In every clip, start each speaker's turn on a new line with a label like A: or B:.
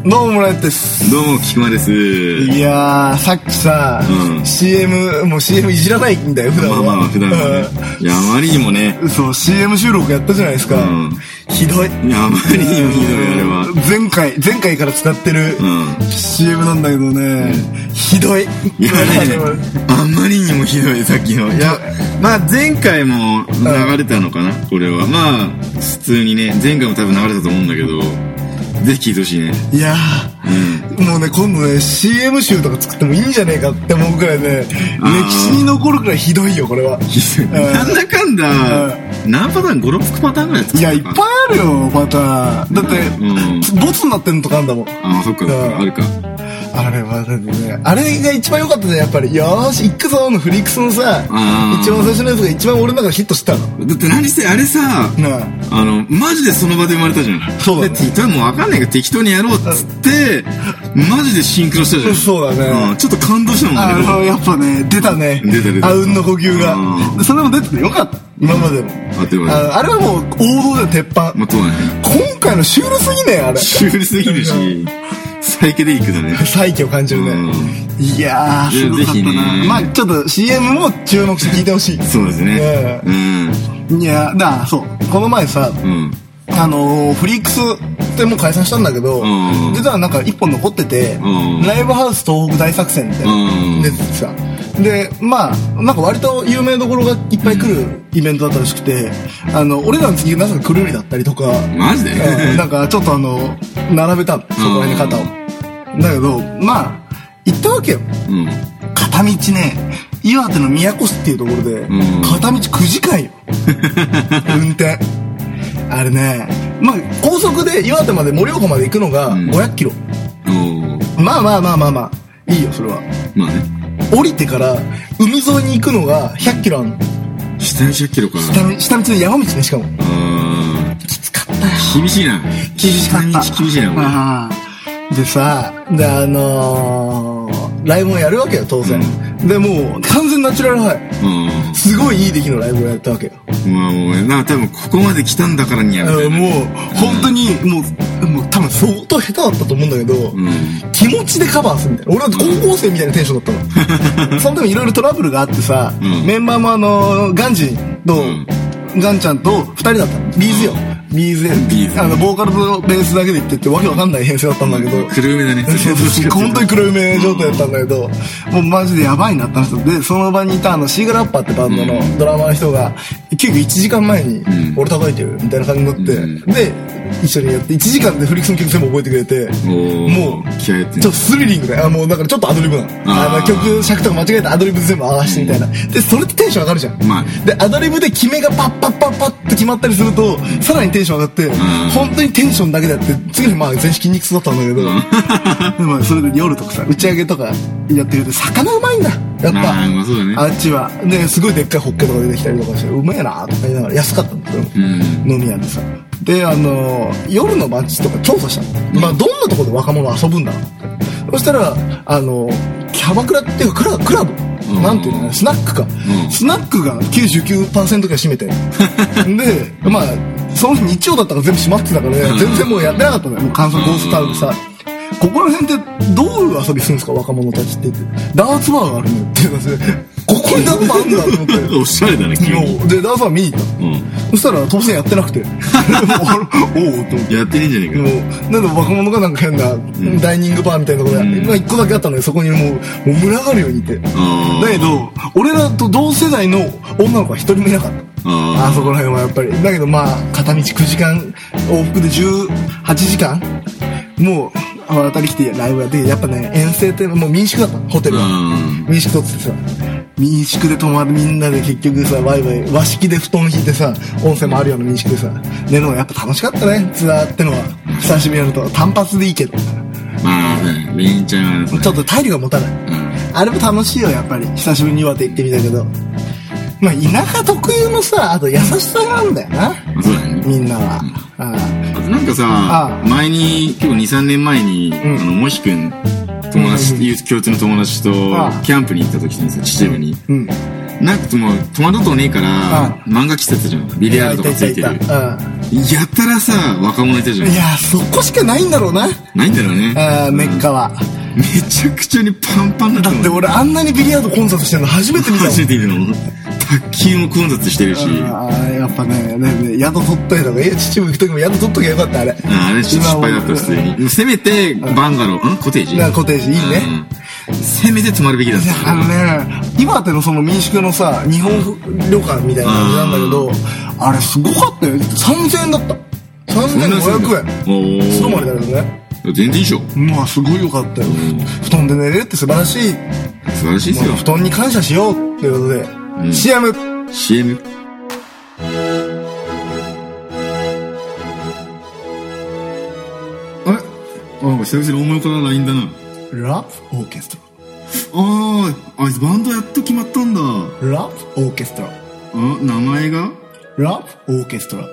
A: です
B: どうも、菊間です。
A: いやーさっきさ、
B: うん
A: CM もう CM いじらないんだよ普段
B: まあ
A: は
B: まあ、普段はね。いや、あまりにもね、
A: うんそう CM 収録やったじゃないですか、
B: うん
A: ひどい
B: いや、あまりにもひどい、あれは。
A: 前回前回から使ってる、
B: う
A: CM なんだけどね、ひどい
B: ん。いや、ね、あまりにもひどい、さっきの。いや、まあ、前回も流れたのかな、これは。まあ、普通にね、前回も多分流れたと思うんだけど、ぜひ聞いてほしいね。
A: いやーもうね今度ね CM 集とか作ってもいいんじゃねえかって思うくらいね歴
B: あー
A: 史に残るくらいひどいよこれは
B: ひどいなんだかんだ、何パターン ?5、6パターンぐらい作
A: い
B: った
A: や
B: か
A: いっぱいあるよまただって、
B: うん。
A: ボツになってんのとかあんだもん
B: あ、そっか、あるか。
A: あれはだってねあれが一番良かったじゃんやっぱり「よーし行くぞ」のフリックスのさ
B: あー
A: 一番最初のやつが一番俺の中でヒットしたの
B: だって何せ、あれさ、
A: なあ
B: あの、マジでその場で生まれたじゃん。
A: そうだね
B: で適当にもうわかんないけど適当にやろうっつって、マジでシンクロしたじゃん。
A: そうだね
B: んちょっと感動したも
A: あ
B: んね。
A: のやっぱね出たね
B: 出た出た
A: あうんの呼吸が
B: う
A: それも出ててよかった今までの
B: あ、でも、
A: あのあれはもう王道で鉄板
B: まあ、そうだね。
A: 今回のシュールすぎねあれ
B: シュールすぎるし、サイケデリックだね。
A: 再起を感じるね
B: う
A: いやー
B: いや
A: すごかった
B: ぜひ
A: な
B: ね
A: まあちょっと CM も注目して聞いてほしい
B: そうですね。
A: う
B: うん。
A: いやーだからそうこの前さ
B: うん。
A: あのー、フリックスってもう解散したんだけど、
B: うん
A: 実はなんか一本残ってて、
B: うん
A: ライブハウス東北大作戦って
B: うん
A: 出ててさ、で、まあ、なんか割と有名どころがいっぱい来るイベントだったらしくて、あの、俺らの次なぜかクルーリだったりとか、
B: マジで
A: うんなんかちょっとあの、並べたの、そこら辺の肩を。だけど、まあ、行ったわけよ。
B: うん。
A: 片道ね岩手の宮古市っていうところで
B: ん
A: 片道9時間 よ運転あれねまあ高速で岩手まで盛岡まで行くのが
B: ん
A: 500キロ、
B: おー
A: まあまあまあまあまあいいよそれは
B: まあね。
A: 降りてから海沿いに行くのが100キロあるの
B: 下に100キロか。
A: 下道下道の山道ねしかも
B: あ
A: きつかったよ
B: ー厳しいな。
A: 厳しかった
B: 下に厳しいな、俺。
A: ああでさであのー、ライブもやるわけよ当然、でもう完全ナチュラルハイ
B: うん。
A: すごいいい出来のライブをやったわけよ
B: まあもう、なんか多分ここまで来たんだからには、みた
A: う
B: い
A: ん
B: な。
A: もう、本当に、もう、もう多分相当下手だったと思うんだけど、
B: うん。
A: 気持ちでカバーするみたいな。俺は高校生みたいなテンションだった の。その時いろいろトラブルがあってさ、
B: うん
A: メンバーもあの、ガンジーと、
B: ん
A: ガンちゃんと二人だったの。ビーズよ。ビーズで
B: ビーズ
A: あの、ボーカルとベースだけで行ってってわけわかんない編成だったんだけど。
B: 黒梅だ ね。
A: 本当に黒い目状態だったんだけど、もうマジでやばいなってなったんですよで、その場にいたあの、シーガラッパーってバンドの
B: う
A: ドラマーの人が、急遽1時間前に
B: ん、
A: 俺叩いてるみたいな感じになって、
B: うん
A: で、一緒にやって、1時間でフリックスの曲全部覚えてくれて、
B: おー
A: もう、
B: 気合入ってんね
A: ちょっとスリリングだよ。あもうだからちょっとアドリブなの。あ
B: あー
A: の曲尺とか間違えてアドリブ全部合わせてみたいな。で、それってテンション上がるじゃん。
B: まあ
A: で、アドリブで決めがパッパッパッパッって決まったりすると、さらにテンション上がって、本当にテンションだけでやって、次の日まあ全身筋肉痛だったんだけど、で まあそれで夜とかさ、打ち上げとかやってると、魚うまいんだ。やっぱ。
B: あーまあそうだね
A: あっちは。で、すごいでっかいホッケとか出てきたりとかして、うまいなとか言いながら、安かったんだけど、
B: ん
A: 飲み屋でさ。で、あの夜の街とか調査したの。まあ、どんなところで若者遊ぶんだろうってそしたら、あのキャバクラっていうか、クラクラブ、
B: うん
A: なんていうのかなスナックか。
B: ん
A: スナックが99%が占めて。 で、まあ、その日日曜だったから全部閉まってたからね、全然もうやってなかったのよ。もう乾燥ゴーストタウンでさ。ここら辺ってどういう遊びするんですか若者たちって言って。ダーツバーがあるのよって言うからねここにダーツバーあるんだと思って。
B: おしゃれだね、君。
A: もうで、ダーツバー見に行ったの。
B: うん。
A: そしたら当然やってなくて。おおと思って。
B: やってねえんじゃねえか。
A: もう、なんか若者がなんか変なダイニングバーみたいなところで、まあ一個だけあったので、そこにもう、もう群がるようにいて。だ
B: あー
A: けど、俺らと同世代の女の子は一人もいなかった。
B: あ
A: あそこら辺はやっぱり。だけどまあ、片道9時間、往復で18時間、もう、渡り来てライブやって、やっぱね、遠征って、もう民宿だった、ホテル
B: あ。う
A: は。
B: ん。
A: 民宿取ってさ民宿で泊まるみんなで結局さワイワイ和式で布団引いてさ温泉もあるような民宿でさ寝るのがやっぱ楽しかったねツアーってのは久しぶりにやると単発でいいけどち
B: まあ、ね、レインちゃんはね、
A: ょっと体力が持たない
B: うん。
A: あれも楽しいよやっぱり久しぶりに岩手行ってみたけどまあ田舎特有のさあと優しさがあるんだよな
B: まあ、そうだね。
A: みんなはあ
B: あとなんかさ
A: あ、
B: 前に、結構2、3年前に、あの、もひくん、友達、
A: うん
B: 友共通の友達と
A: ああ、
B: キャンプに行った時にさ、秩父に。
A: うん
B: なんかもう、戸惑うとねえから、漫画季節じゃん。ビリヤードとかつい
A: い
B: てる。
A: たうん
B: やたらさ、若者いたじゃん
A: い。や、そこしかないんだろうな。
B: ないんだろうね。
A: あーメッカは。
B: めちゃくちゃにパンパンだった
A: だ
B: もん
A: って俺あんなにビリヤード混雑してるの初めて見たもん
B: 初めて見るの。卓球も混雑してるし。
A: あ
B: あ
A: あやっぱねねね宿取っといた方がいい秩父行く時も宿取っときゃよかったあれ
B: あれ失敗だった、
A: 今
B: 普通に。せめて、バンガロー、んコテージ
A: だからコテージいいね、
B: うんせめて泊まるべきだっ
A: いや
B: た。
A: あのね岩手のその民宿のさ日本旅館みたいな感じなんだけどあれすごかったよ3000円だった3500
B: おー
A: 円素泊まりだけどね
B: 全然いいでしょ。
A: まあすごいよかったよ布団で寝れるって素晴らしい
B: 素晴らしいです
A: も
B: よ
A: う布。団に感謝しようということで、
B: ん
A: CM
B: CM。あれあ、久々に思いから LINE だな。
A: ラブオーケスト
B: ああ、あいつバンドやっと決まったんだ。
A: ララブオーケストラ
B: あ、名前が
A: ラブオーケストラ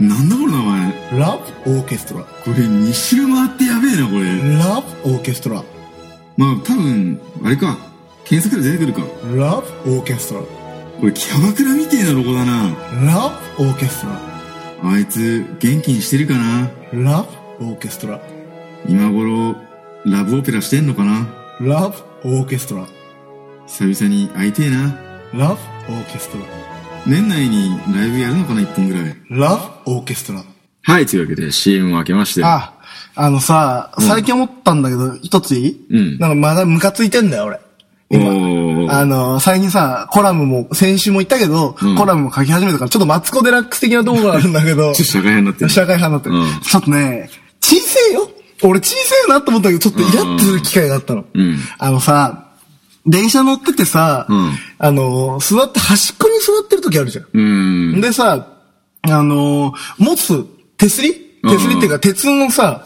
B: なんだこの名前。
A: ラブオーケストラ
B: これ、二周回ってやべえな、これ。
A: ラブオーケストラ
B: まあ、多分、あれか。検索で出てくるか。
A: ラブオーケストラ
B: これ、キャバクラみてえなロゴだな。
A: ラブオーケストラ
B: あいつ、元気にしてるかな。
A: ラブオーケストラ
B: 今頃、ラブオペラしてんのかな。
A: ラブオーケストラ
B: 久々に会いてえな。
A: ラブオーケストラ
B: 年内にライブやるのかな一本ぐらい。
A: ラブオーケストラ
B: はい、というわけで CM を開けまして。
A: あ、あのさ、最近思ったんだけど、一ついい
B: うん
A: なんかまだムカついてんだよ、俺。
B: おー
A: あの、最近さ、コラムも、先週も言ったけど、
B: うん
A: コラムも書き始めたから、ちょっとマツコデラックス的なところがあるんだけど、
B: ちょっと社会派になってる。
A: 社会派になってる、
B: うん
A: ちょっとね、小せえよ俺小せえなと思ったけど、ちょっとイラッとする機会があったの。
B: うん
A: あのさ、電車乗っててさ、
B: うん
A: あの、座って端っこに座ってる時あるじゃん。
B: うーん。
A: でさ、あの持つ手すり
B: うん
A: 手すりっていうか、鉄のさ、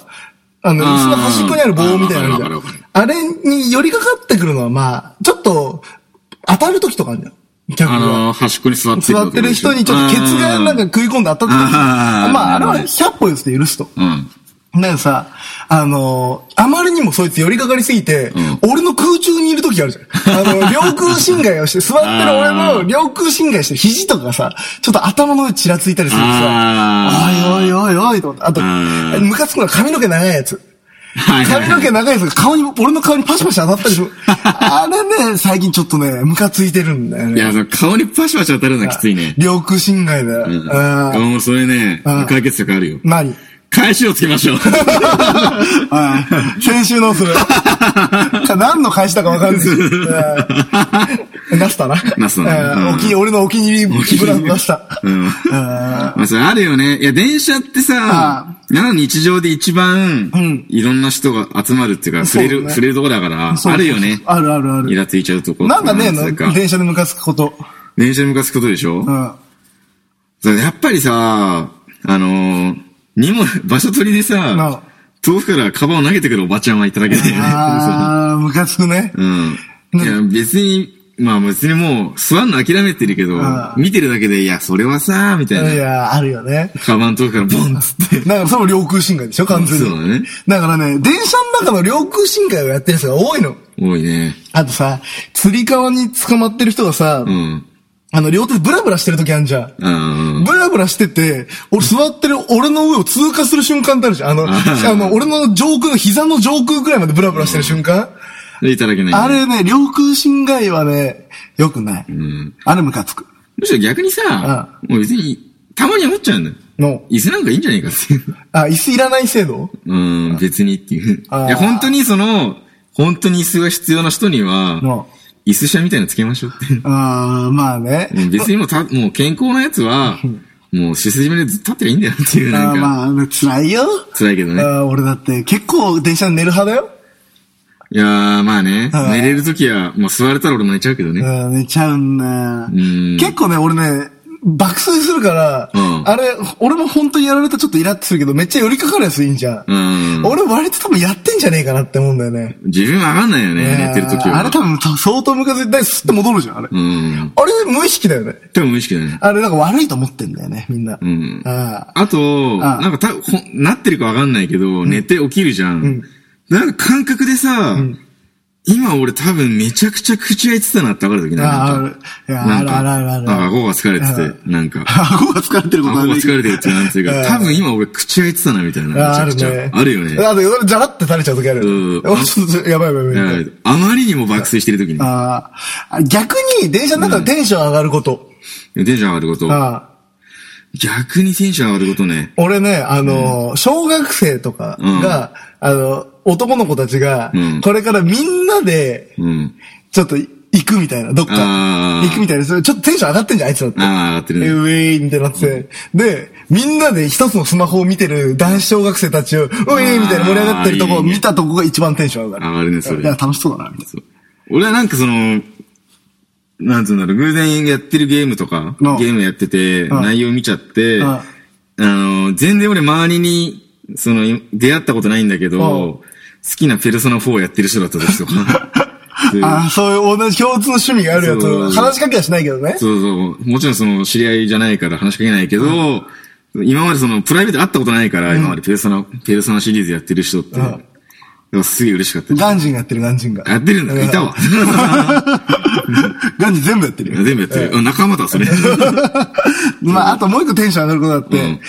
A: あの、
B: うん
A: 椅子の端っこにある棒みたいなのあるじゃ
B: うんわかるわかる
A: ん。あれに寄りかかってくるのは、まあ、ちょっと、当たる時とかあるじゃん。逆
B: あ
A: に
B: のー、端っこに座って
A: 座ってる人にちょっとケツがなんか、食い込んで当たった時
B: あー
A: まあ、あれは
B: なる
A: 100歩ですって許すと。
B: うんうん。
A: だからさ、あのーあまりにもそいつ寄りかかりすぎて、俺の空中にいる時あるじゃん。あの、領空侵害をして、 座ってる俺の領空侵害して、肘とかさ、ちょっと頭の上ちらついたりするとさ、
B: あ
A: おいおいおいおいと思って、あと、
B: あー
A: ムカつくのは髪の毛長いやつ。
B: はいはい
A: 髪
B: は
A: の
B: い。
A: 毛長いやつが顔に、俺の顔にパシパシ当たったり する。あれね、最近ちょっとね、ムカついてるんだよ
B: い
A: ね。
B: や、その顔にパシパシ当たるのはきついね。
A: 領空侵害だよ。
B: うん。
A: あ
B: あ、
A: ー
B: もうそれね
A: うん、
B: 解決策あるよ。
A: 何
B: 返しをつけ ましょう。
A: はい先週のそれ。何の返しだかわかんない。うん出したな。
B: 出したな
A: うん
B: うん
A: お気俺のお気に入りブランド出した。
B: うん。
A: うん
B: まあ、それあるよね。いや、電車ってさ、なの日常で一番、
A: うん
B: いろんな人が集まるっていうか、
A: そう
B: 触
A: ね
B: れる、触れるとこだから、
A: そう
B: あるよね。
A: あるあるあ
B: イ
A: る。
B: ラついちゃうとこ。
A: なんかねえ
B: つう
A: の、電車でムカつくこと。
B: 電車に向かすことでし
A: う
B: ょ、
A: ん。
B: そうやっぱりさ、あのー、荷物、場所取りで
A: な
B: さ、遠くからカバンを投げてくるおばちゃんはいただけだよね。
A: あー、ムカつくね。
B: うん。いや、別に、まあ別にもう、座んの諦めてるけど
A: あ、
B: 見てるだけで、いや、それはさ、み
A: い
B: たいな。
A: や、あるよね。
B: カバン遠くからボンっつ って。
A: だからそれも領空侵害でしょ、完全に。
B: そうだね
A: だからね、電車の中の領空侵害をやってる人が多いの。
B: 多いね。
A: あとさ、釣り革に捕まってる人がさ
B: う、ん。
A: あの、両手でブラブラしてる時あるじゃん。
B: うん。
A: ブラブラしてて、俺座ってる俺の上を通過する瞬間ってあるじゃん。あの、あの、俺の上空の膝の上空くらいまでブラブラしてる瞬間。
B: いただけない、
A: あれね、領空侵害はね、良くない。
B: うん。
A: あれムカつく。
B: むしろ逆にさ、もう別に、たまに思っちゃうんだよ。
A: の、
B: 椅子なんかいいんじゃないかっていう。
A: あ、椅子いらない制度
B: うん、別にっていう。い
A: あー
B: や、本当にその、本当に椅子が必要な人には
A: の、
B: 椅子車みたいなのつけましょうって いう。
A: あー、まあね。
B: うん別にもうた、もう健康なやつは、もう出世締めでずっと立ってりゃいいんだよっていう、
A: あ
B: な
A: ー
B: んか、
A: まあね、辛いよ。
B: 辛いけどね。
A: あー俺だって結構電車で寝る派だよ。
B: いやー、まあね、
A: あー
B: 寝れるときは、もう座れたら俺も寝ちゃうけどね。
A: うん、寝ちゃうんだ。
B: ん
A: 結構ね、俺ね、爆睡するから、
B: うん
A: あれ、俺も本当にやられたらちょっとイラッとするけど、めっちゃ寄りかかるやついいんじゃん。
B: うん。
A: 俺割と多分やってんじゃねえかなって思うんだよね。
B: 自分わかんないよね、寝てるときは。
A: あれ多分相当ムカついて、スッと戻るじゃん、あれ。
B: うん。
A: あれ無意識だよね。
B: でも無意識だね。
A: あれなんか悪いと思ってんだよね、みんな。
B: ん
A: ああ
B: あと、
A: ああ
B: なんかた、ほんなってるかわかんないけど、寝て起きるじゃん。なんか感覚でさ、今俺多分めちゃくちゃ口が言ってたなって分かるとき
A: あ
B: な
A: ー
B: い。
A: いや
B: なんか
A: あるあるあるある
B: なんか顎が疲れてて、な んか。
A: 顎が疲れてること
B: 顎
A: ある
B: が疲れてるってなんていう
A: うん
B: か、多分今俺口が言ってたなみたいな。めち
A: あ
B: ゃ
A: る
B: くち
A: ね
B: ゃ。。あるよね。
A: あでじゃらって垂れちゃう時あるよね。
B: うん
A: あちょっとやばいやばいやばい。
B: いやあまりにも爆睡してるときに。
A: ああ、逆に電車の中でテンション上がること。
B: テンション上がること。
A: あ
B: 逆にテンション上がることね。
A: 俺ね、あの、小学生とかが、あの、男の子たちが
B: うん、
A: これからみんなで、
B: うん。
A: ちょっと行くみたいな、どっか
B: あー
A: 行くみたいな、それちょっとテンション上がってんじゃん、あいつだって。
B: ああ、上がってる
A: え
B: ね。
A: ウェイみたいになってて、で、みんなで一つのスマホを見てる男子小学生たちを、ウェイみたいな盛り上がってるとこを
B: いいね
A: 見たとこが一番テンション上がる。
B: 上がるねそれ
A: いや、楽しそうだな、みたい
B: そう俺はなんかその、なんつうんだろう、偶然やってるゲームとか、
A: うん
B: ゲームやって
A: ん
B: て、内容見ちゃって、
A: うん
B: あの、全然俺周りに、その、い出会ったことないんだけど、
A: うん
B: 好きなペルソナ4やってる人だった時とか。 で
A: な。ああ、そういう同じ共通の趣味があるや
B: そ
A: つ、
B: う
A: 話しかけはしないけどね。
B: そうそう。もちろんその知り合いじゃないから話しかけないけど、今までそのプライベートで会ったことないから、今までペルソナ、ペルソナシリーズやってる人って、だからすげえ嬉しかった。
A: ガンジンがやってる、ガンジンが。
B: やってるんだ、いた わ。
A: ガンジン全部やってるよ。
B: 全部やってる。あ仲間だ、それ。
A: まあ、あともう一個テンション上がることだって、
B: うん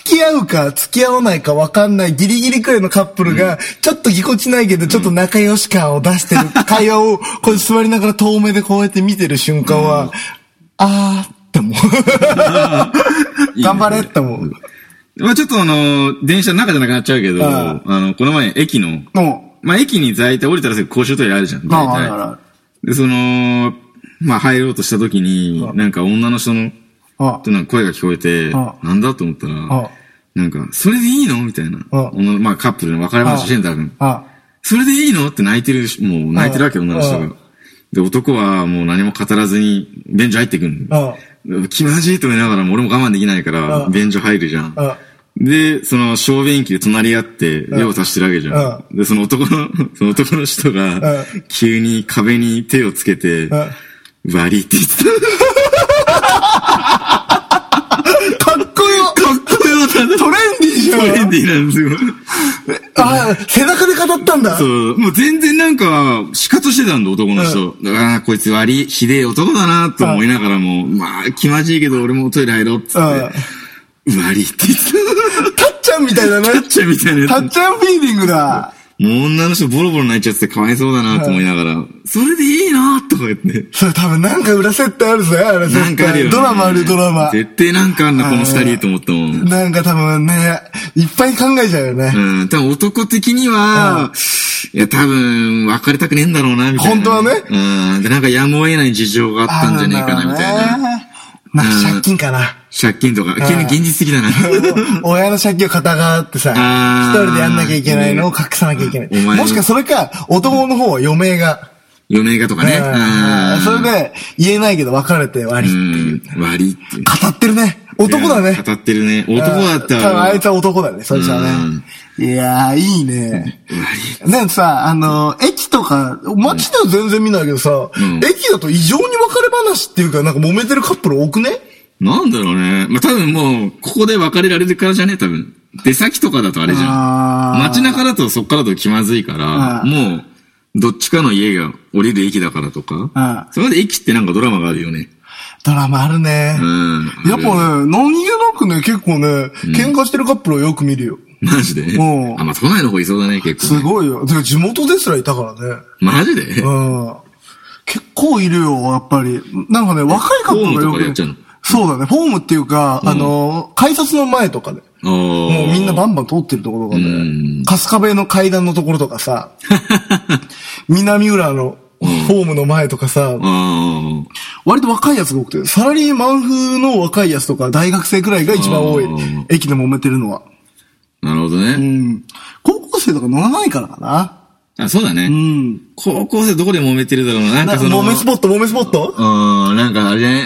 A: 付き合うか付き合わないか分かんないギリギリくらいのカップルが、ちょっとぎこちないけど、ちょっと仲良し感を出してる会話を、こう座りながら遠目でこうやって見てる瞬間は、あーって 思う。
B: いいね
A: 頑張れって思う。
B: まあちょっとあの、電車の中じゃなくなっちゃうけど、
A: あ
B: あの、この前駅の、
A: も
B: まあ駅に在宅降りたらすぐ公衆トイレあるじゃん。
A: う、まあ、
B: 大
A: だ
B: 体
A: か
B: で、その、まあ入ろうとした時に、なんか女の人の、
A: ら、あ
B: となんか声が聞こえて、
A: あ
B: なんだと思った
A: あ
B: ら、なんか、それでいいのみたいな。
A: あ
B: 女のまあカップルの別れ話してんだ、多分。
A: あ、
B: それでいいのって泣いてるし、もう泣いてるわけ、
A: あ
B: 女の人
A: あ
B: が。で、男はもう何も語らずに、便所入ってくん
A: あ
B: 気まじいと思いながらも俺も我慢できないか
A: あ
B: ら、
A: あ
B: 便所入るじゃん。
A: あ、
B: で、その、小便器で隣り合って、手を足してるわけじゃん。で、その男の、 その男の人
A: うん
B: が、急に壁に手をつけて、
A: あ、
B: 割りって言って
A: かっこよ
B: た。かっこよかった。
A: トレンディーじゃん
B: トレンディーなんですよ。
A: あー、背中で語ったんだ
B: そう、もう全然なんか、仕方してたんだ、男の人。ああ、こいつ割り、ひでえ男だなと思いながらも、まあ、気まじいけど俺もトイレ入ろうっつって、
A: うん
B: 割りって言って
A: たっちゃんみたいだね
B: た。。なっちゃうみたいなやつ
A: たっちゃんフィーリングだ。
B: もう女の人ボロボロ泣いちゃっててかわいそうだなと思いながら、それでいいなとか言って。
A: それ多分なんか裏設定あるぜ、あれ絶対
B: なんかあるよ、ね。
A: ドラマあるよドラマ。
B: 絶対なんかあんな、この二人と思ったもん。
A: なんか多分ね、いっぱい考えちゃうよね。
B: うん。多分男的には、いや、多分、別れたくねえんだろうな、みたい
A: 本
B: な。
A: 当はね
B: うん。で、なんかやむを得ない事情があったんじゃねえかな、みたいな。
A: な。
B: うん
A: 借金か な。
B: 借金とか、急に現実的だな。
A: 親の借金を肩代わってさ、一
B: あー
A: 人でやんなきゃいけないのを隠さなきゃいけない。
B: お前の
A: もしかそれか、男の方は余命が。
B: 嫁がとかね。
A: うんそれ
B: で、
A: で、言えないけど別れて割
B: う
A: り。
B: ん。悪いっていう。
A: 語ってるね。男だ
B: い
A: ね
B: や。語ってるね。男だった
A: うん多分あいつは男だね、そいつはね。いやー、いいね。なんかさ、あの、駅とか、街では全然見ないけどさ、
B: ん
A: 駅だと異常に別れ話っていうか、なんか揉めてるカップル多くね
B: なんだろうね。まあ、多分もう、ここで別れられるからじゃねえ、多分。出先とかだとあれじゃん。
A: あー
B: 街中だとそっからだと気まずいから、
A: あー
B: もう、どっちかの家が降りる駅だからと
A: あ
B: か。それで駅ってなんかドラマがあるよね。
A: ドラマあるね
B: う。ん。
A: やっ
B: ある
A: ぱね、何気なくね、結構ね、喧嘩してるカップルをよく見るよ。
B: マジで
A: うん
B: あ、まあ、都内の方いそうだね、結
A: す
B: 構ね。
A: ごいよ。てか地元ですらいたからね。
B: マジで
A: うん。結構いるよ、やっぱり。なんかね、若いカップルがよ
B: ホーム
A: く
B: と
A: ね、
B: かでやっちゃうの
A: そうだね、ホームっていうか、あの、改札の前とかで。も
B: も
A: うみんなバンバン通ってるところが
B: う
A: ね
B: ん、
A: 春日部の階段のところとか さ、南浦のホームの前とかさ、
B: ああ。
A: 割と若いやつが多くて、サラリーマン風の若いやつとか大学生くらいが一番多い
B: うん、
A: 駅で揉めてるのは。
B: なるほど
A: う
B: ね。
A: ん。高校生とか乗らないからかな。
B: あ、そうだね。
A: うん。
B: 高校生どこで揉めてるだろうな。なん
A: な
B: かその。
A: 揉めスポット、揉めスポット
B: うん、なんかあれじゃね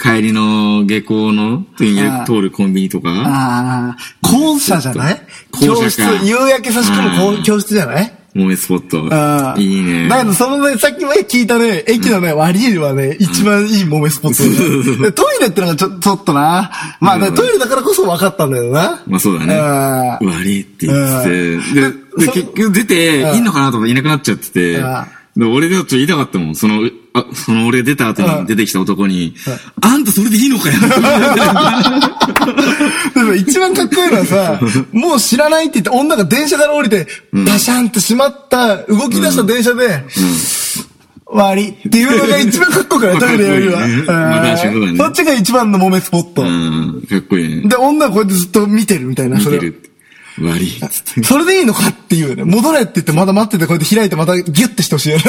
B: 帰りの下校の時
A: ああ
B: に通るコンビニとか、
A: ああ、校舎じゃない
B: 校舎か
A: 教室、夕焼け差し込む
B: う
A: 校
B: ん
A: 教室じゃない
B: 萌えスポッ
A: あ
B: ト。
A: あ
B: いいね。
A: だけど、そのね、さっきも聞いたね、駅のね、割り入れはね、一番いい揉めスポットだ ね、でトイレってのがちょちょっとな。まあね、
B: うん
A: トイレだからこそ分かったんだよな。
B: まあそうだ
A: ああ
B: ね。悪いって言ってて。
A: うん
B: で、で
A: そ
B: 結局出て、いいのかなとかいなくなっちゃってて
A: ああ。
B: で俺だと言いたかったもん。その、あその俺出た後に出てきた男に、あんたそれでいいのかよ。
A: でも一番かっこいいのはさ、もう知らないって言って、女が電車から降りて、バシャンって閉まった、動き出した電車で、割りっていうのが一番かっこいい から、トイレよりは。
B: かっこいいね
A: うん
B: まあ確かにそうだね
A: そっちが一番の揉めスポット。
B: うん、かっこいいね。
A: で、女はこうやってずっと見てるみたいな、
B: 見
A: そ
B: て
A: れを
B: るって。悪い。つって。
A: それでいいのかっていうね。戻れって言ってまだ待ってて、こうやって開いてまたギュッてしてほしいよね。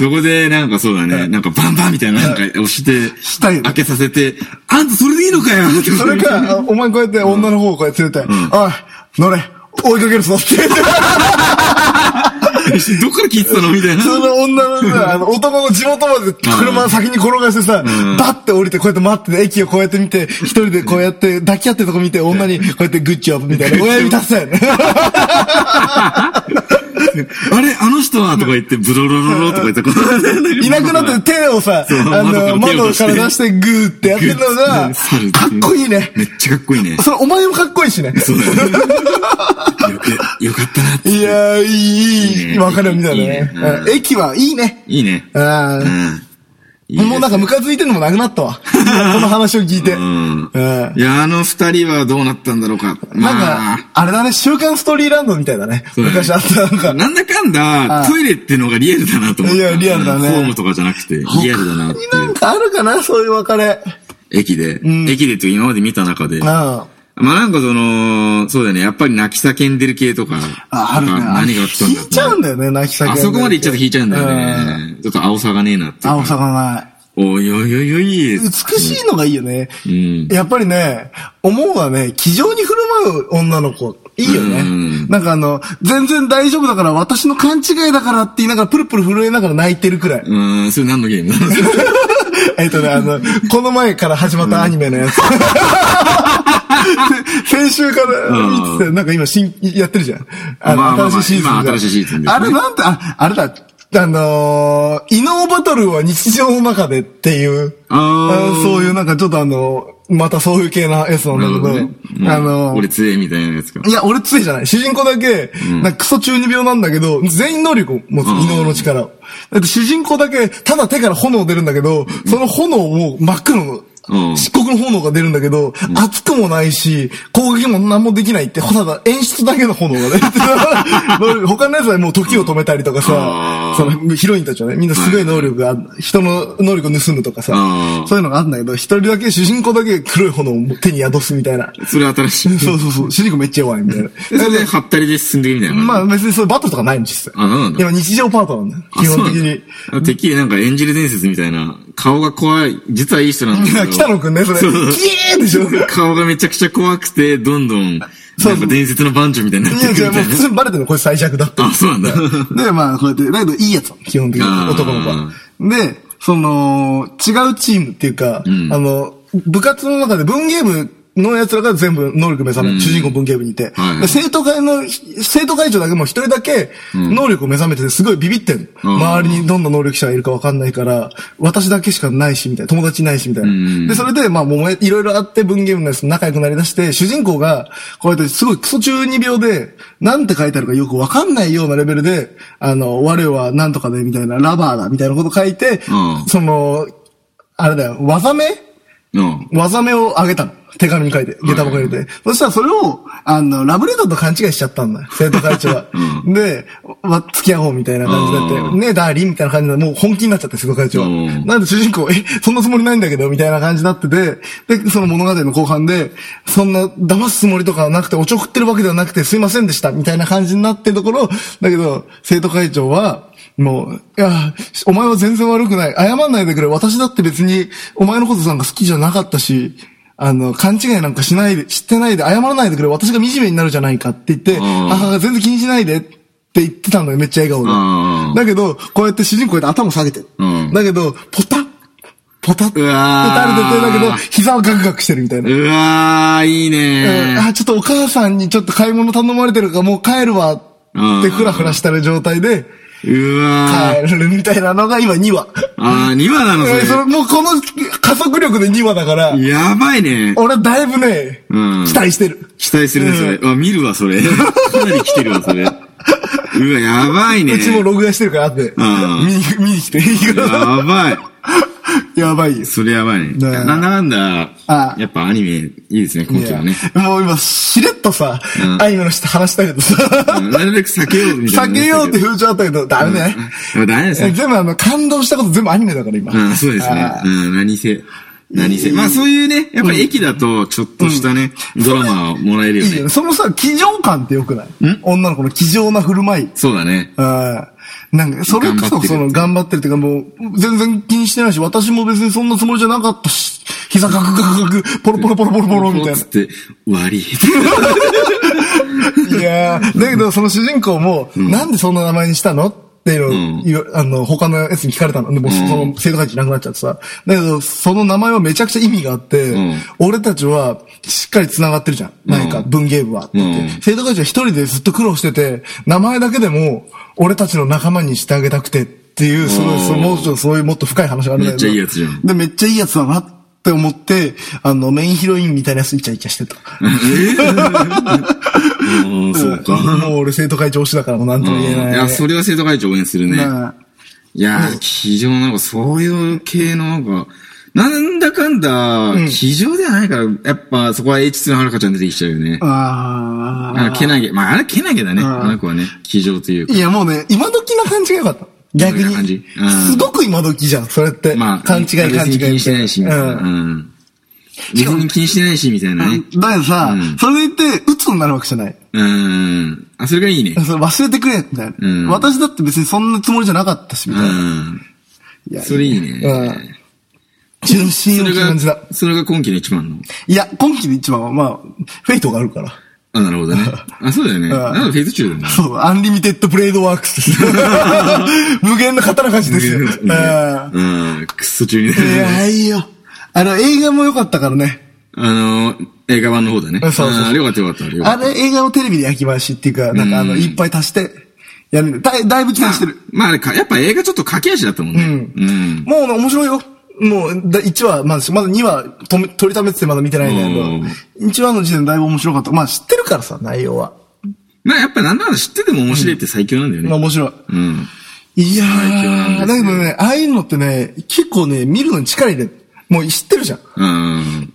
B: そこで、なんかそうだね、なんかバンバンみたいな、なんか押して、
A: したいよね
B: 開けさせて、あんたそれでいいのかよって
A: それか、あお前こうやって女の方をこうやって連れて、おい、乗れ、追いかけるぞって言って。
B: どっから聞いてたのみたいな。
A: その女のさ、あの、男の地元まで車先に転がしてさ、バッて降りてこうやって待ってて、駅をこうやって見て、一人でこうやって抱き合ってるとこ見て、女にこうやってグッチョブみたいな、親指立てたよね。
B: あれあの人はとか言って、ブロロロロとか 言って、こう
A: いなくなって手をさ、
B: う
A: あの、窓
B: 窓
A: か
B: からら
A: 出
B: 出
A: してグーってやってるのが、か
B: 猿ていう
A: っこいいね。
B: めっちゃかっこいいね。
A: それお前もかっこいいしね。
B: そうだよね。よく、よかったなって。
A: いやー、いい、い
B: い
A: い、
B: ね
A: わかるみたいない
B: い
A: ね
B: ね。
A: うん駅はいいね。
B: いいね。
A: あー
B: うん。いいです
A: もうなんかムカついてんのもなくなったわ。この話を聞いて。
B: うん
A: うん。
B: いや、あの二人はどうなったんだろうか。
A: な
B: ま
A: ん
B: あ
A: か、あれだね、週刊ストーリーランドみたいだね。
B: うだね
A: 昔あった、なんか。
B: なんだかん
A: あ
B: だ、トイレってのがリアルだなと思った。
A: いやリアルだね
B: ホームとかじゃなくて、リアルだなってい
A: な。
B: うん
A: かあるかな、そういう別れ。
B: 駅で、駅でって今まで見た中で。まあ
A: あ
B: なんかその、そうだよね、やっぱり泣き叫んでる系とか。
A: あ、あるね。
B: なんか何があったんだ
A: 引いちゃうんだよね、泣き叫んで
B: あ
A: る
B: そこまで行っちゃって引いちゃうんだよね。ちょっと青さがねえなっ
A: う
B: て。
A: ん青さがない。
B: おいおいおいおい。
A: 美しいのがいいよね。
B: うん
A: やっぱりね、思うはね、気丈に振る舞う女の子、いいよね。
B: うん
A: なんかあの、全然大丈夫だから、私の勘違いだからって言いながら、プルプル震えながら泣いてるくらい。
B: うーん、それ何のゲーム
A: えっとね、あの、この前から始まったアニメのやつ。 先週から見てて、なんか今新、やってるじゃん。あの、
B: まあまあまあ
A: 新しいシーズンが。
B: 今新しいシーズンですね
A: あれなんて、あ、あれだ、あのー、異能バトルは日常の中でっていう、
B: あ
A: あ
B: ー
A: そういうなんかちょっとあの、またそういう系なやつなんだけど、
B: うん
A: あのー、
B: 俺強えみたいなやつか。
A: いや、俺杖じゃない。主人公だけ、なんかクソ中二病なんだけど、全員能力を持つ、
B: うん
A: 異能の力を。だって主人公だけ、ただ手から炎出るんだけど、その炎を真っ黒の、
B: うん
A: 漆黒の炎が出るんだけど、熱くもないし、攻撃も何もできないって、ただ演出だけの炎が出て他のやつはもう 時を止めたりとかさ
B: あ、ー
A: そのヒロインたちはね、みんなすごい能力がある、人の能力を盗むとかさ
B: う、ん
A: そういうのがあるんだけど、一人だけ主人公だけ黒い炎を手に宿すみたいな。
B: それ新しい。
A: そうそうそう。主人公めっちゃ弱いみたいな。
B: それで、はったりで進んでいくみたいな。
A: まあ別にそういうバトルとかないの実際。
B: あ、なんなんだ
A: 今日常パートなんだよ。基本的に。。
B: あてっきりなんかエンジェル伝説みたいな、顔が怖い、実はいい人なんだけど。
A: 北野くんね、それ。キ
B: うそう
A: エーでしょ。
B: 顔がめちゃくちゃ怖くて、どんどん、なん
A: そう
B: か伝説の番長みたいになっ
A: い
B: て
A: や、
B: いくみ
A: じゃあも
B: た
A: う普
B: いな。
A: 通にバレてるのこれ最弱だって。
B: あ、そうなん だ。
A: で、まあこうやって、だけどいいやつなの基本的
B: あ
A: に
B: ー
A: 男の子は。で、その、違うチームっていうか、
B: ん
A: あの、部活の中で文芸部の奴らが全部能力目覚め
B: う
A: る。
B: ん
A: 主人公文芸部にいて。
B: はい
A: で生徒会の、生徒会長だけもう一人だけ能力を目覚めててすごいビビってんの。
B: うん
A: 周りにどんな能力者がいるかわかんないから、私だけしかないし、みたいな。友達いないし、みたいな。
B: ん
A: で、それで、まあ、もう、いろいろあって、文芸部のやつと仲良くなりだして、主人公が、こうやって、すごいクソ中二病で、なんて書いてあるかよくわかんないようなレベルで、あの、我はなんとかで、みたいな、ラバーだ、みたいなこと書いて、
B: うん
A: その、あれだよ、技名
B: うん。
A: 技名をあげたの。手紙に書いて、下駄箱に入れて。そしたらそれを、あの、ラブレターと勘違いしちゃったん だよ。生徒会長は。で、わ、付き合おうみたいな感じになっ
B: う
A: て、ねえ、ダーリンみたいな感じで、もう本気になっちゃって、生徒会長は。
B: うん
A: なんで主人公、え、そんなつもりないんだけど、みたいな感じになってて、で、その物語の後半で、そんな騙すつもりとかはなくて、おちょくってるわけではなくて、すいませんでした、みたいな感じになってるところ、だけど、生徒会長は、もう、いや、お前は全然悪くない。謝んないでくれ。私だって別に、お前のことなんか好きじゃなかったし、あの、勘違いなんかしないで、知ってないで、謝らないでくれ。私が惨めになるじゃないかって言って、
B: ん
A: 母が全然気にしないでって言ってたのよ。めっちゃ笑
B: う
A: 顔
B: ん
A: で。だけど、こうやって主人公で頭下げてる。
B: うん
A: だけど、ポタッ、ポタッって
B: うわ
A: 垂
B: ー
A: れてて、だけど、膝はガクガクしてるみたいな。
B: うわー、いい
A: うん
B: ね
A: あ、ちょっとお母さんにちょっと買い物頼まれてるから、もう帰るわってふらふらしてる状態で、
B: うわー。
A: 帰るみたいなのが今2話。
B: あー、2話なの
A: うんそ
B: そ
A: れもうこの加速力で2話だから、
B: れ。やばいね。
A: 俺はだいぶね、
B: うん
A: 期待してる。
B: 期待するね、それ。あ、見るわ、それ。かなり来てるわ、それ。うわ、やばいね。
A: うちも録画してるから、後で。
B: うん
A: 見に、見に来ていいか
B: やばい。
A: ら。 やばいよ。
B: それやばいね。
A: だよ
B: な、なんだ
A: あ、
B: やっぱアニメいいですね、今期はね。
A: いやもう今、しれっとさ、
B: うん
A: アニメの人話したけどさ、
B: うんなるべく避けようみたい な。
A: 避けようって風潮あったけど、ダメね。
B: うん。ダメですね。
A: 全部あの、感動したこと全部アニメだから、今。
B: うん、そうですね
A: あ。
B: うん、何せ。何せ。まあそういうね、やっぱ駅だと、ちょっとしたね、ドラマをもらえるよ
A: いいよ
B: ね
A: ね。。そのさ、気丈感ってよくない女の子の気丈な振る舞い。
B: そうだね。
A: ああ、なんか、それこそ、その、頑張ってるっていうか、もう、全然気にしてないし、私も別にそんなつもりじゃなかったし、膝カクカクカク、ポロポロポロポロポロみたい
B: つって、終わり。
A: な。いやーだけど、その主人公も、なんでそんな名前にしたのっていうの
B: う
A: を
B: ん
A: 言わ、あの、他のやつに聞かれたの。でも、その、生徒会長いなくなっちゃってさ。だけど、その名前はめちゃくちゃ意味があって、
B: ん
A: 俺たちは、しっかり繋がってるじゃん。なんか、文芸部はって言って。
B: うん
A: 生徒会長一人でずっと苦労してて、名前だけでも、俺たちの仲間にしてあげたくてっていう、すごい、そのもうちょっとそういうもっと深い話があるんだけど。
B: めっちゃいいやつじゃん
A: で、めっちゃいいやつだなって思って、あの、メインヒロインみたいなやつイチャイチャしてた。
B: うん、そうか。
A: もう俺生徒会長推しだからもうなんと
B: う
A: も
B: んい
A: 言えない。
B: や、それは生徒会長応援するね。
A: まあ
B: いやー、気丈なんか、そういう系のなんか、なんだかんだ、気丈ではないから、やっぱそこは H2 のはるかちゃん出てきちゃうよね。
A: あ
B: あけなげ。まあ、あれけなげだね。
A: ん
B: あの子はね、気丈というか
A: ー。いや、もうね、今時な感じが良かった。逆
B: 今時な感
A: に
B: じうん。
A: すごく今時じゃん、それって。
B: まあ、
A: 勘違い
B: 別
A: 勘違い。
B: に気にしてないし、みたいな。
A: うん。
B: うん。別に気にしてないし、みたいなね。
A: だけどさ
B: うん、
A: それで言って、鬱になるわけじゃない。
B: うん。あ、それがいいね。
A: それ忘れてくれ、みたい
B: うん
A: な。私だって別にそんなつもりじゃなかったし、み
B: う
A: たいな。
B: ん。
A: いや
B: それいいね。
A: うん純真
B: そ
A: を
B: れ
A: 感じだ
B: が。、それが今期の一番の。
A: いや、今期で一番は、まあ、フェイトがあるから。
B: あ、な るほどね。あ、そうだよね。なんかフェイズ中だよね。
A: そう、アンリミテッドブレードワークスです。 無限の刀鍛冶ですよ。うん。
B: うん。クソ中になる
A: い
B: ね
A: や、いいよ。あの、映画も良かったからね。
B: あの、映画版の方だね。
A: そうそうそう
B: あーよかったよかった。よか
A: あ
B: った
A: れ、映画をテレビで焼き回しっていうか、なんかあの、いっぱい足して、やめる。だいだいぶ期待してる。
B: まああれか、やっぱ映画ちょっと駆け足だったもんね。うん。
A: もうね面白いよ。もう、だ1話、まだ、まだ2話とめ、取りためててまだ見てないんだけど、1話の時点でだいぶ面白かった。まあ知ってるからさ、内容は。
B: まあやっぱなんだかんだ知ってても面白いって最強なんだよ
A: まあ
B: ね。
A: 面白い。
B: うん。
A: いや
B: 最強なん
A: ー、
B: ですよ
A: だけどね、ああいうのってね、結構ね、見るのに力入れる。もう知ってるじゃん。
B: うん。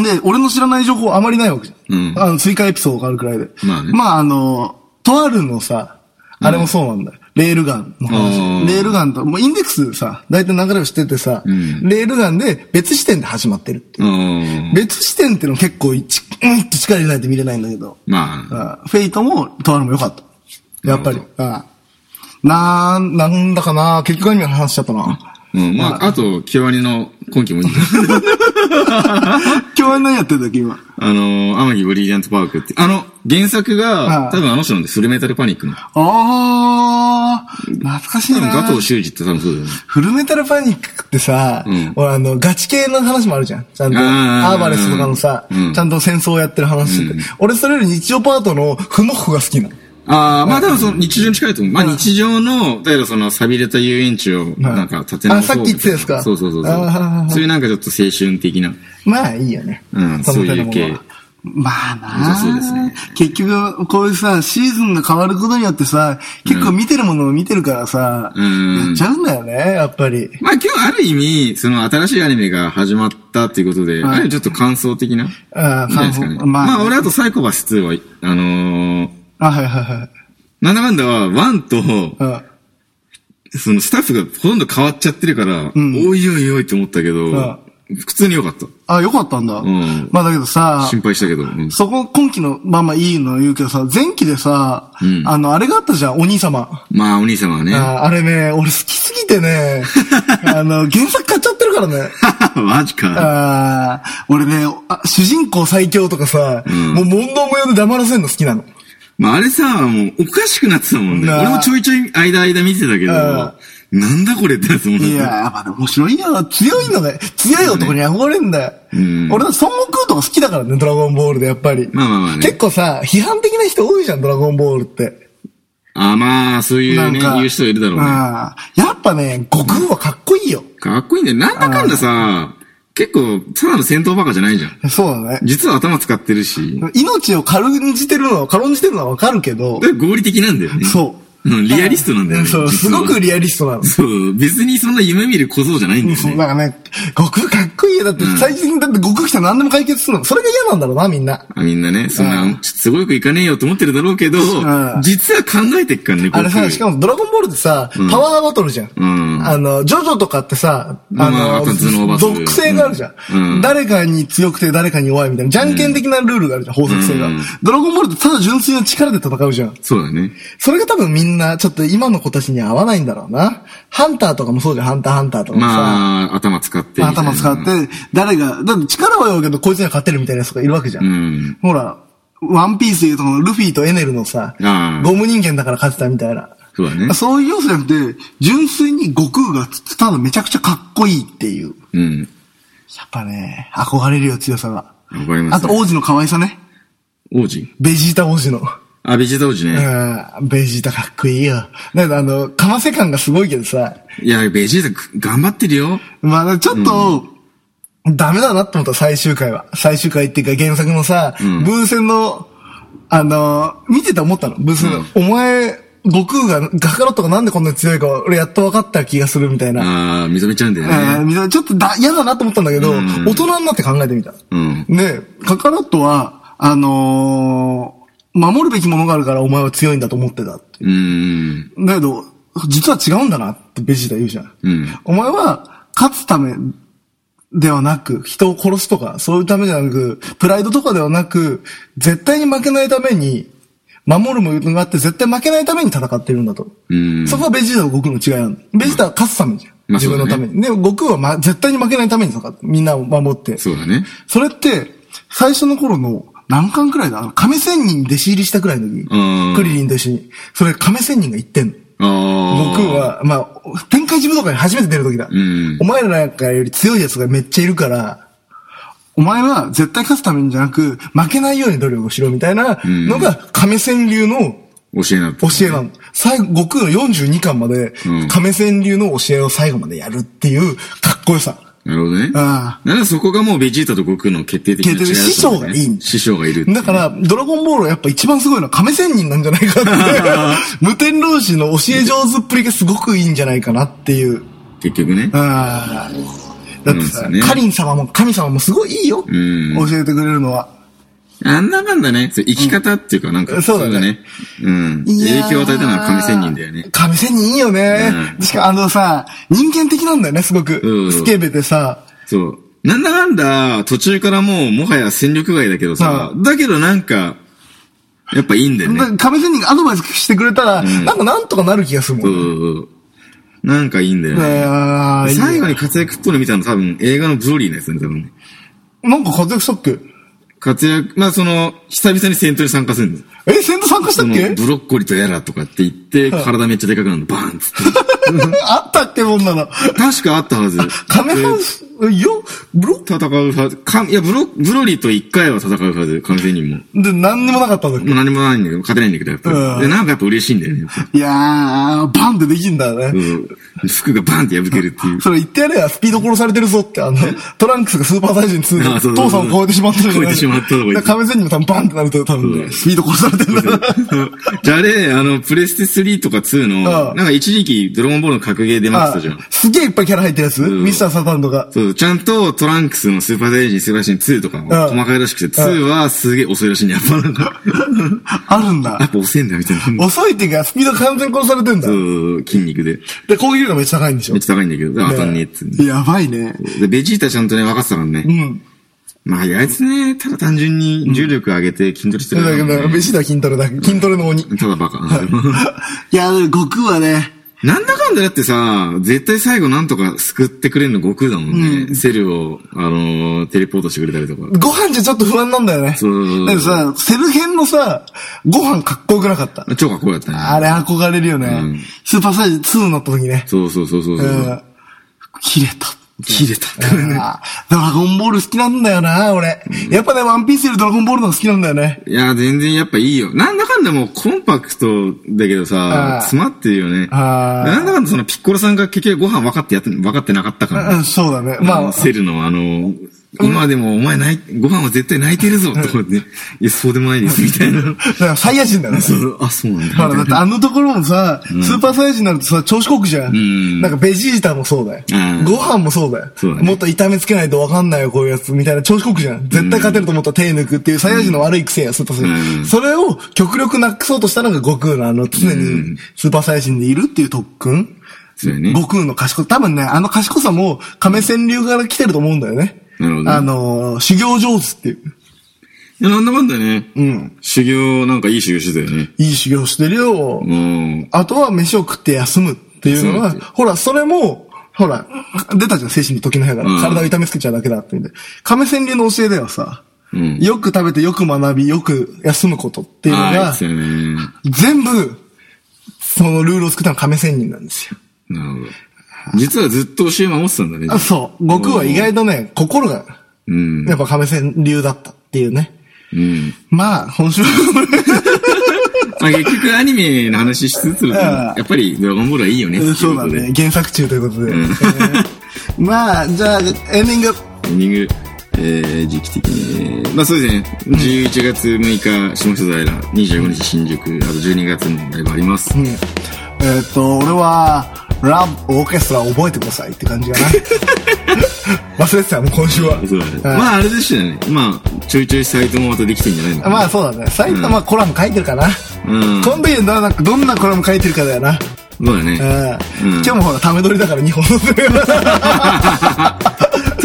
A: んで、俺の知らない情報あまりないわけじゃん。
B: うん
A: あの、追加エピソードがあるくらいで。
B: まあね
A: まあ、あの、とあるのさ、あれもそうなんだよ。レールガンの
B: あ
A: 話。
B: ー
A: レールガンと、もうインデックスさ、大体流れを知っててさ、
B: ん
A: レールガンで別視点で始まってるっていう。
B: うん。
A: 別視点っての結構いち、うんって力入れないと見れないんだけど。
B: まあ、
A: あフェイトも、とあるも良かった。やっぱり
B: なる。
A: あなーん、なんだかな結局アニメの話しちゃった な。
B: うん。まあ、あと、キワリの今期も いいね。
A: 今日は何やってんだっけ、今。
B: あの、天城ブリリアントパークって。あの、原作
A: あ
B: が、
A: あ
B: 多分あの人なんで、フルメタルパニックの。
A: あー、懐かしい
B: 多分
A: な
B: ガトー修二って多分そうだよね。
A: フルメタルパニックってさ、
B: うん
A: 俺あの、ガチ系の話もあるじゃん。ちゃんと、
B: あー
A: アーバレスとかのさ、
B: うん
A: ちゃんと戦争をやってる話って、俺それより日常パートのフノッフが好きなの。
B: ああ、まあ多分その日常に近いと思う。まあ日常の、例えばその錆びれた遊園地をなんか建て直そ
A: あ
B: う
A: さっき言ってたやつか
B: そうそうそう
A: あ
B: そ
A: ー
B: う。そういうなんかちょっと青春的な。
A: まあいいよね。
B: うん
A: その手のもの
B: そういう
A: は
B: 系
A: まあなあ
B: そうですね
A: 結局、こういうさ、シーズンが変わることによってさ、結構見てるものを見てるからさ、
B: うん
A: やっちゃうんだよね、やっぱり。
B: まあ今日ある意味、その新しいアニメが始まったっていうこと
A: は
B: で、
A: い
B: ある意味ちょっと感想的な。じ
A: ああ、
B: ゃないですかね。ま
A: ま
B: あ、
A: あ、
B: 俺あとサイコパス2は、あのー、
A: あ、はいはいはい。
B: なんだかんだは、ワンと、
A: うん
B: そのスタッフがほとんど変わっちゃってるから、おいおいおいって思ったけど、
A: あ
B: 普通に良かった。
A: あ、よかったんだ。
B: ん
A: まあだけどさ、
B: 心配したけど。うん
A: そこ、今期の、まあまあいいの言うけどさ、前期でさ、
B: ん
A: あの、あれがあったじゃん、お兄様。
B: まあお兄様はね。
A: あーあれね、俺好きすぎてね、あの、原作買っちゃってるからね。
B: マジか。
A: あー俺ねあ、主人公最強とかさ、
B: ん
A: もう問答無用で黙らせるの好きなの。
B: まああれさ、もうおかしくなってたもんね。
A: なあ
B: 俺もちょいちょい間間見てたけど、
A: あ
B: なんだこれってやつもん
A: い
B: ね。
A: やー、まあでも面白いよ。強いのね。強い男に憧れるんだよ。
B: ん
A: 俺だって孫悟空とか好きだからね、ドラゴンボールでやっぱり。
B: まあまあまあね
A: 結構さ、批判的な人多いじゃん、ドラゴンボールって。
B: あまあ、そういうね、言う人いるだろうね。
A: ああやっぱね、悟空はかっこいいよ。
B: かっこいいんだよ。なんだかんださ、結構、ただの戦闘バカじゃないじゃん。
A: そうだね。
B: 実は頭使ってるし、
A: 命を軽んじてるのは、軽んじてるのはわかるけど、
B: で合理的なんだよね。。
A: そう
B: ん、リアリストなんだよ
A: う。
B: ね。
A: そう、す
B: 実は
A: ごくリアリストなの。
B: そう、別にそんな夢見る小僧じゃないんです
A: そう、
B: ね。
A: なんかね、悟空かっこいいよ。だって、最近だって悟空来たら何でも解決するの。それが嫌なんだろうな、みんな。
B: あみんなね、そん
A: う
B: な、すごいくいかねえよと思ってるだろうけど
A: ん、
B: 実は考えてっからね、
A: あれさ、
B: 僕
A: しかもドラゴンボールってさ、パワーバトルじゃん。
B: ん
A: あの、ジョジョとかってさ、あ
B: まあ
A: の、
B: あと頭脳バトル
A: 属性があるじゃん,、
B: うん
A: 誰かに強くて誰かに弱いみたいな、じゃんけん的なルールがあるじゃん、法則性が、
B: うん
A: ドラゴンボールってただ純粋な力で戦うじゃん。
B: そうだね。
A: それが多分みんな、ちょっと今の子たちに合わないんだろうな。ハンターとかもそうじゃん、ハンターハンターとかもさ。
B: まあ、頭使ってみたいな。
A: 頭使って、誰が、だって力は弱いけど、こいつには勝てるみたいなやつがいるわけじゃん。
B: うん
A: ほら、ワンピースでいうとこのルフィとエネルのさ
B: あ、あ
A: ゴム人間だから勝てたみたいな。
B: そうだね
A: そういう要素じゃなくて、純粋に悟空がただめちゃくちゃかっこいいっていう。
B: うん。
A: やっぱね、憧れるよ、強さが。
B: わかりま
A: あ
B: す
A: と、。王子の可愛さね。
B: 王子
A: ベジータ王子の。
B: あ、ベジータ王子ね。
A: うん、ベジータかっこいいよ。だけどあの、かませ感がすごいけどさ、
B: いや、ベジータく頑張ってるよ。
A: まあ、ちょっと、ダメだなと思った、最終回は。最終回っていうか原作のさ、
B: ん
A: 文戦の、あのー見てて思ったの。文戦の、お前、悟空が、ガカロットがなんでこんなに強いか、俺やっと分かった気がするみたいな。
B: ああ、認めちゃうんだ
A: えー
B: よね。
A: みたいなちょっとだ嫌だなと思ったんだけど、大人になって考えてみた。
B: うん。
A: で、カカロットは、あのー守るべきものがあるからお前は強いんだと思ってた。
B: うん。
A: だけど、実は違うんだなってベジータ言うじゃん。
B: うん
A: お前は、勝つためではなく、人を殺すとか、そういうためじゃなく、プライドとかではなく、絶対に負けないために、守るものがあって、絶対負けないために戦ってるんだと。
B: うん
A: そこがベジータと悟空の違いなの。ベジータは勝つためじゃん。
B: まあ
A: 自分のために。でも悟空は、ま、絶対に負けないために戦って、みんなを守って。
B: そうだね。
A: それって、最初の頃の、何巻くらいだあの亀仙人に弟子入りしたくらいの時
B: うん、
A: クリリンと一緒に。それ亀仙人が言ってんの。
B: ああ。
A: 僕。は、まあ、天下一武道会に初めて出る時だ。
B: ん
A: お前らなんかより強い奴がめっちゃいるから、お前は絶対勝つためにじゃなく、負けないように努力をしろみたいなのが、亀仙流の
B: 教えなって。
A: 教えなの。最後、悟空の42巻まで
B: うん、
A: 亀仙流の教えを最後までやるっていう、かっこよさ。
B: なるほどね。
A: あ
B: なんかそこがもうベジータと悟空の決定的な違いだったんだね
A: 決定的師匠がいい
B: 師匠がいるっていう。
A: だから、ドラゴンボールはやっぱ一番すごいのは亀仙人なんじゃないか なって。無天老師の教え上手っぷりがすごくいいんじゃないかなっていう。
B: 結局ね。
A: ああ。だって
B: そ
A: さ、
B: うですね
A: カリン様も神様もすごいいいよ。
B: ん
A: 教えてくれるのは。
B: あんなかんだね。そう生き方っていうか、なん
A: う
B: か、
A: んそうだね
B: そうだね。うん。
A: いやー
B: 影響を与えたのは神仙人だよね。
A: 神仙人いいよね。
B: う
A: しかもあのさ、人間的なんだよね、すごく。
B: うん
A: スケベでさ、
B: そう。なんだかんだ、途中からもう、もはや戦力外だけどさ、だけどなんか、やっぱいいんだよね。
A: だ亀仙人がアドバイスしてくれたら、なんかなんとかなる気がするも。
B: そうんそうそう。なんかいいんだよ
A: い
B: ね。
A: やーいいよ
B: 最後に活躍っとるみたいな多分映画のブロリーのやつだね、多分ね。
A: なんか活躍したっけ
B: 活躍、まあその、久々に戦闘に参加するんです。
A: え、戦闘参加した
B: そ
A: っ
B: の、
A: け
B: ブロッコリーとやらとかって言って、体めっちゃでかくなるの、バーンっつって。
A: あったっけ、もんなの。
B: 確かあったはず。
A: 亀ハウス、よ、ブロ
B: 戦うはず。か、いや、ブロ、ブロリーと一回は戦うはず、完全にもう。
A: で、なんにもなかったんだっけ
B: もう何もないんだけど、勝てないんだけど、やっぱ
A: うん
B: り。で、なんかやっぱ嬉しいんだよね。やっぱ
A: いやー、バンってできんだよね。
B: うん。服がバンって破けるっていう。
A: それ言ってやればスピード殺されてるぞって、あの、トランクスがスーパーサイジン2
B: あそうそうそう
A: で、父さんを超えてしまった
B: 超えてしまったとか言って
A: だから亀仙人も多分バンってなると、多分ね、スピード殺されてるんだ。
B: じゃああれ、あの、プレステ3とか2
A: う
B: の、
A: ん
B: なんか一時期ドラゴンボールの格ゲー出まし
A: あ
B: たじゃん。
A: すげえいっぱいキャラ入ってるやつ
B: ん
A: ミスターサタンとか。
B: そう、ちゃんとトランクスのスーパーデイジー、スーパーシン2とかも
A: うん
B: 細かいらしくて、2はすげえ遅いらしいね。やっぱなんか、
A: あるんだ
B: や。っぱ遅いんだみたいな。
A: 遅いっていうか、スピード完全殺されてんだ
B: そ。う、筋肉で。
A: で、攻撃力がめっちゃ高いんでしょ
B: めっ。ちゃ高いんだけど、当たんねえっつうんで。
A: やばいね。
B: でベジータちゃんとね、分かってたからね。
A: うん。
B: まあ、あいつね、ただ単純に重力上げて筋トレして
A: だ
B: るだ
A: か
B: け
A: ら、
B: だ
A: 飯だ、筋トレだ。筋トレ の鬼。
B: ただバカ。
A: いや、でも悟空はね、
B: なんだかんだだってさ、絶対最後なんとか救ってくれるの悟空だもんね。セルを、あのーテレポートしてくれたりとか。
A: ご飯じゃちょっと不安なんだよね。
B: そう
A: だけどさ、セル編のさ、ご飯かっこよくなかった。
B: 超かっこよかったね。
A: あれ憧れるよね。
B: うん
A: スーパーサイズ2になった時ね。
B: そうそうそうそう
A: う
B: そう。
A: ん。切れたっ
B: 切れた。
A: あードラゴンボール好きなんだよな、俺。やっぱね、ワンピースよりドラゴンボールの方が好きなんだよね。
B: いや、全然やっぱいいよ。なんだかんだもうコンパクトだけど
A: あー
B: さ、詰まってるよね。
A: あー
B: なんだかんだそのピッコロさんが結局ご飯分かってやって、分かってなかったから。
A: うん、そうだね。
B: ま
A: ま
B: あ、
A: あ、
B: セルのあの、今でもお前ない、ご飯は絶対泣いてるぞ、とかね。いや、そうでもないです、みた いな。
A: だからサイヤ人だよね。
B: そうあ、そうなんだ。み
A: ほ
B: た
A: ら、だっ
B: い
A: て
B: な
A: あのところもさ、スーパーサイヤ人になるとさ、調子こくじゃん。
B: ん
A: なんかベジータもそうだよ。
B: うん
A: ご飯もそうだよ。
B: そうだね
A: もっと炒めつけないとわかんないよ、こういうやつ。みたいな調子こくじゃん。絶対勝てると思ったら手抜くっていうサイヤ人の悪い癖や、スーパーサイヤ人。
B: うん
A: それを極力なくそうとしたのが悟空のあの、常にスーパーサイヤ人にいるっていう特訓。
B: そうよね。
A: 悟空の賢さ、多分ね、あの賢さも亀仙流から来てると思うんだよね。
B: なるほど
A: あのー、修行上手っていう。
B: いや、なんだかんだね。
A: うん。
B: 修行、なんかいい修行してたよね。
A: いい修行してるよ。
B: うん。
A: あとは飯を食って休むっていうのは、
B: 休む
A: ほら、それも、ほら、出たじゃん、精神の時の部屋から。
B: うん
A: 体を痛めつけちゃうだけだって言うんで。亀仙流の教えではさ、
B: うん
A: よく食べてよく学び、よく休むことっていうの
B: ああ、
A: が
B: です、よね。
A: 全部、そのルールを作ったのは亀仙人なんですよ。
B: なるほど。実はずっと教え守ってたんだね。
A: あそう。悟空は意外とね、心が、
B: うん。
A: やっぱ亀仙流だったっていうね。
B: うん。
A: まあ、本州
B: まあ結局アニメの話しつつ、やっぱりドラゴンボールはいいよね。ってい
A: そう
B: こ
A: だ
B: とで
A: ね。。原作中ということで。えー まあ、じゃあ、エンディング。
B: エンディング、えー、時期的に、えーまあそうですね、11月6日、下北沢ラ、25日新宿、あと12月もライブあります。
A: うんえーっと、俺は、ラブオーケストラ覚えてくださいって感じ かな。忘れてた、もう今週は。
B: そうだね。まああれでしたよね。まあ、ちょいちょいサイトもまたできてんじゃないのかな。
A: まあ、そうだね。最近はまあコラム書いてるかな。
B: うん。
A: コンビニでどんなどんなコラム書いてるかだよな。
B: そうだ
A: う
B: ね。
A: ん
B: うん
A: 今日もほら、ため撮りだから2本 撮ってる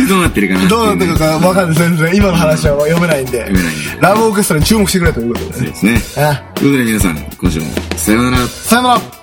B: でどうなってるかな
A: どうなってるかわかんない、全然。今の話は読めないんで
B: めないん。で
A: ラブオーケストラに注目してくれということで
B: そう。ですね。
A: あ
B: ということで皆さん、今週も、さようなら。
A: さよなら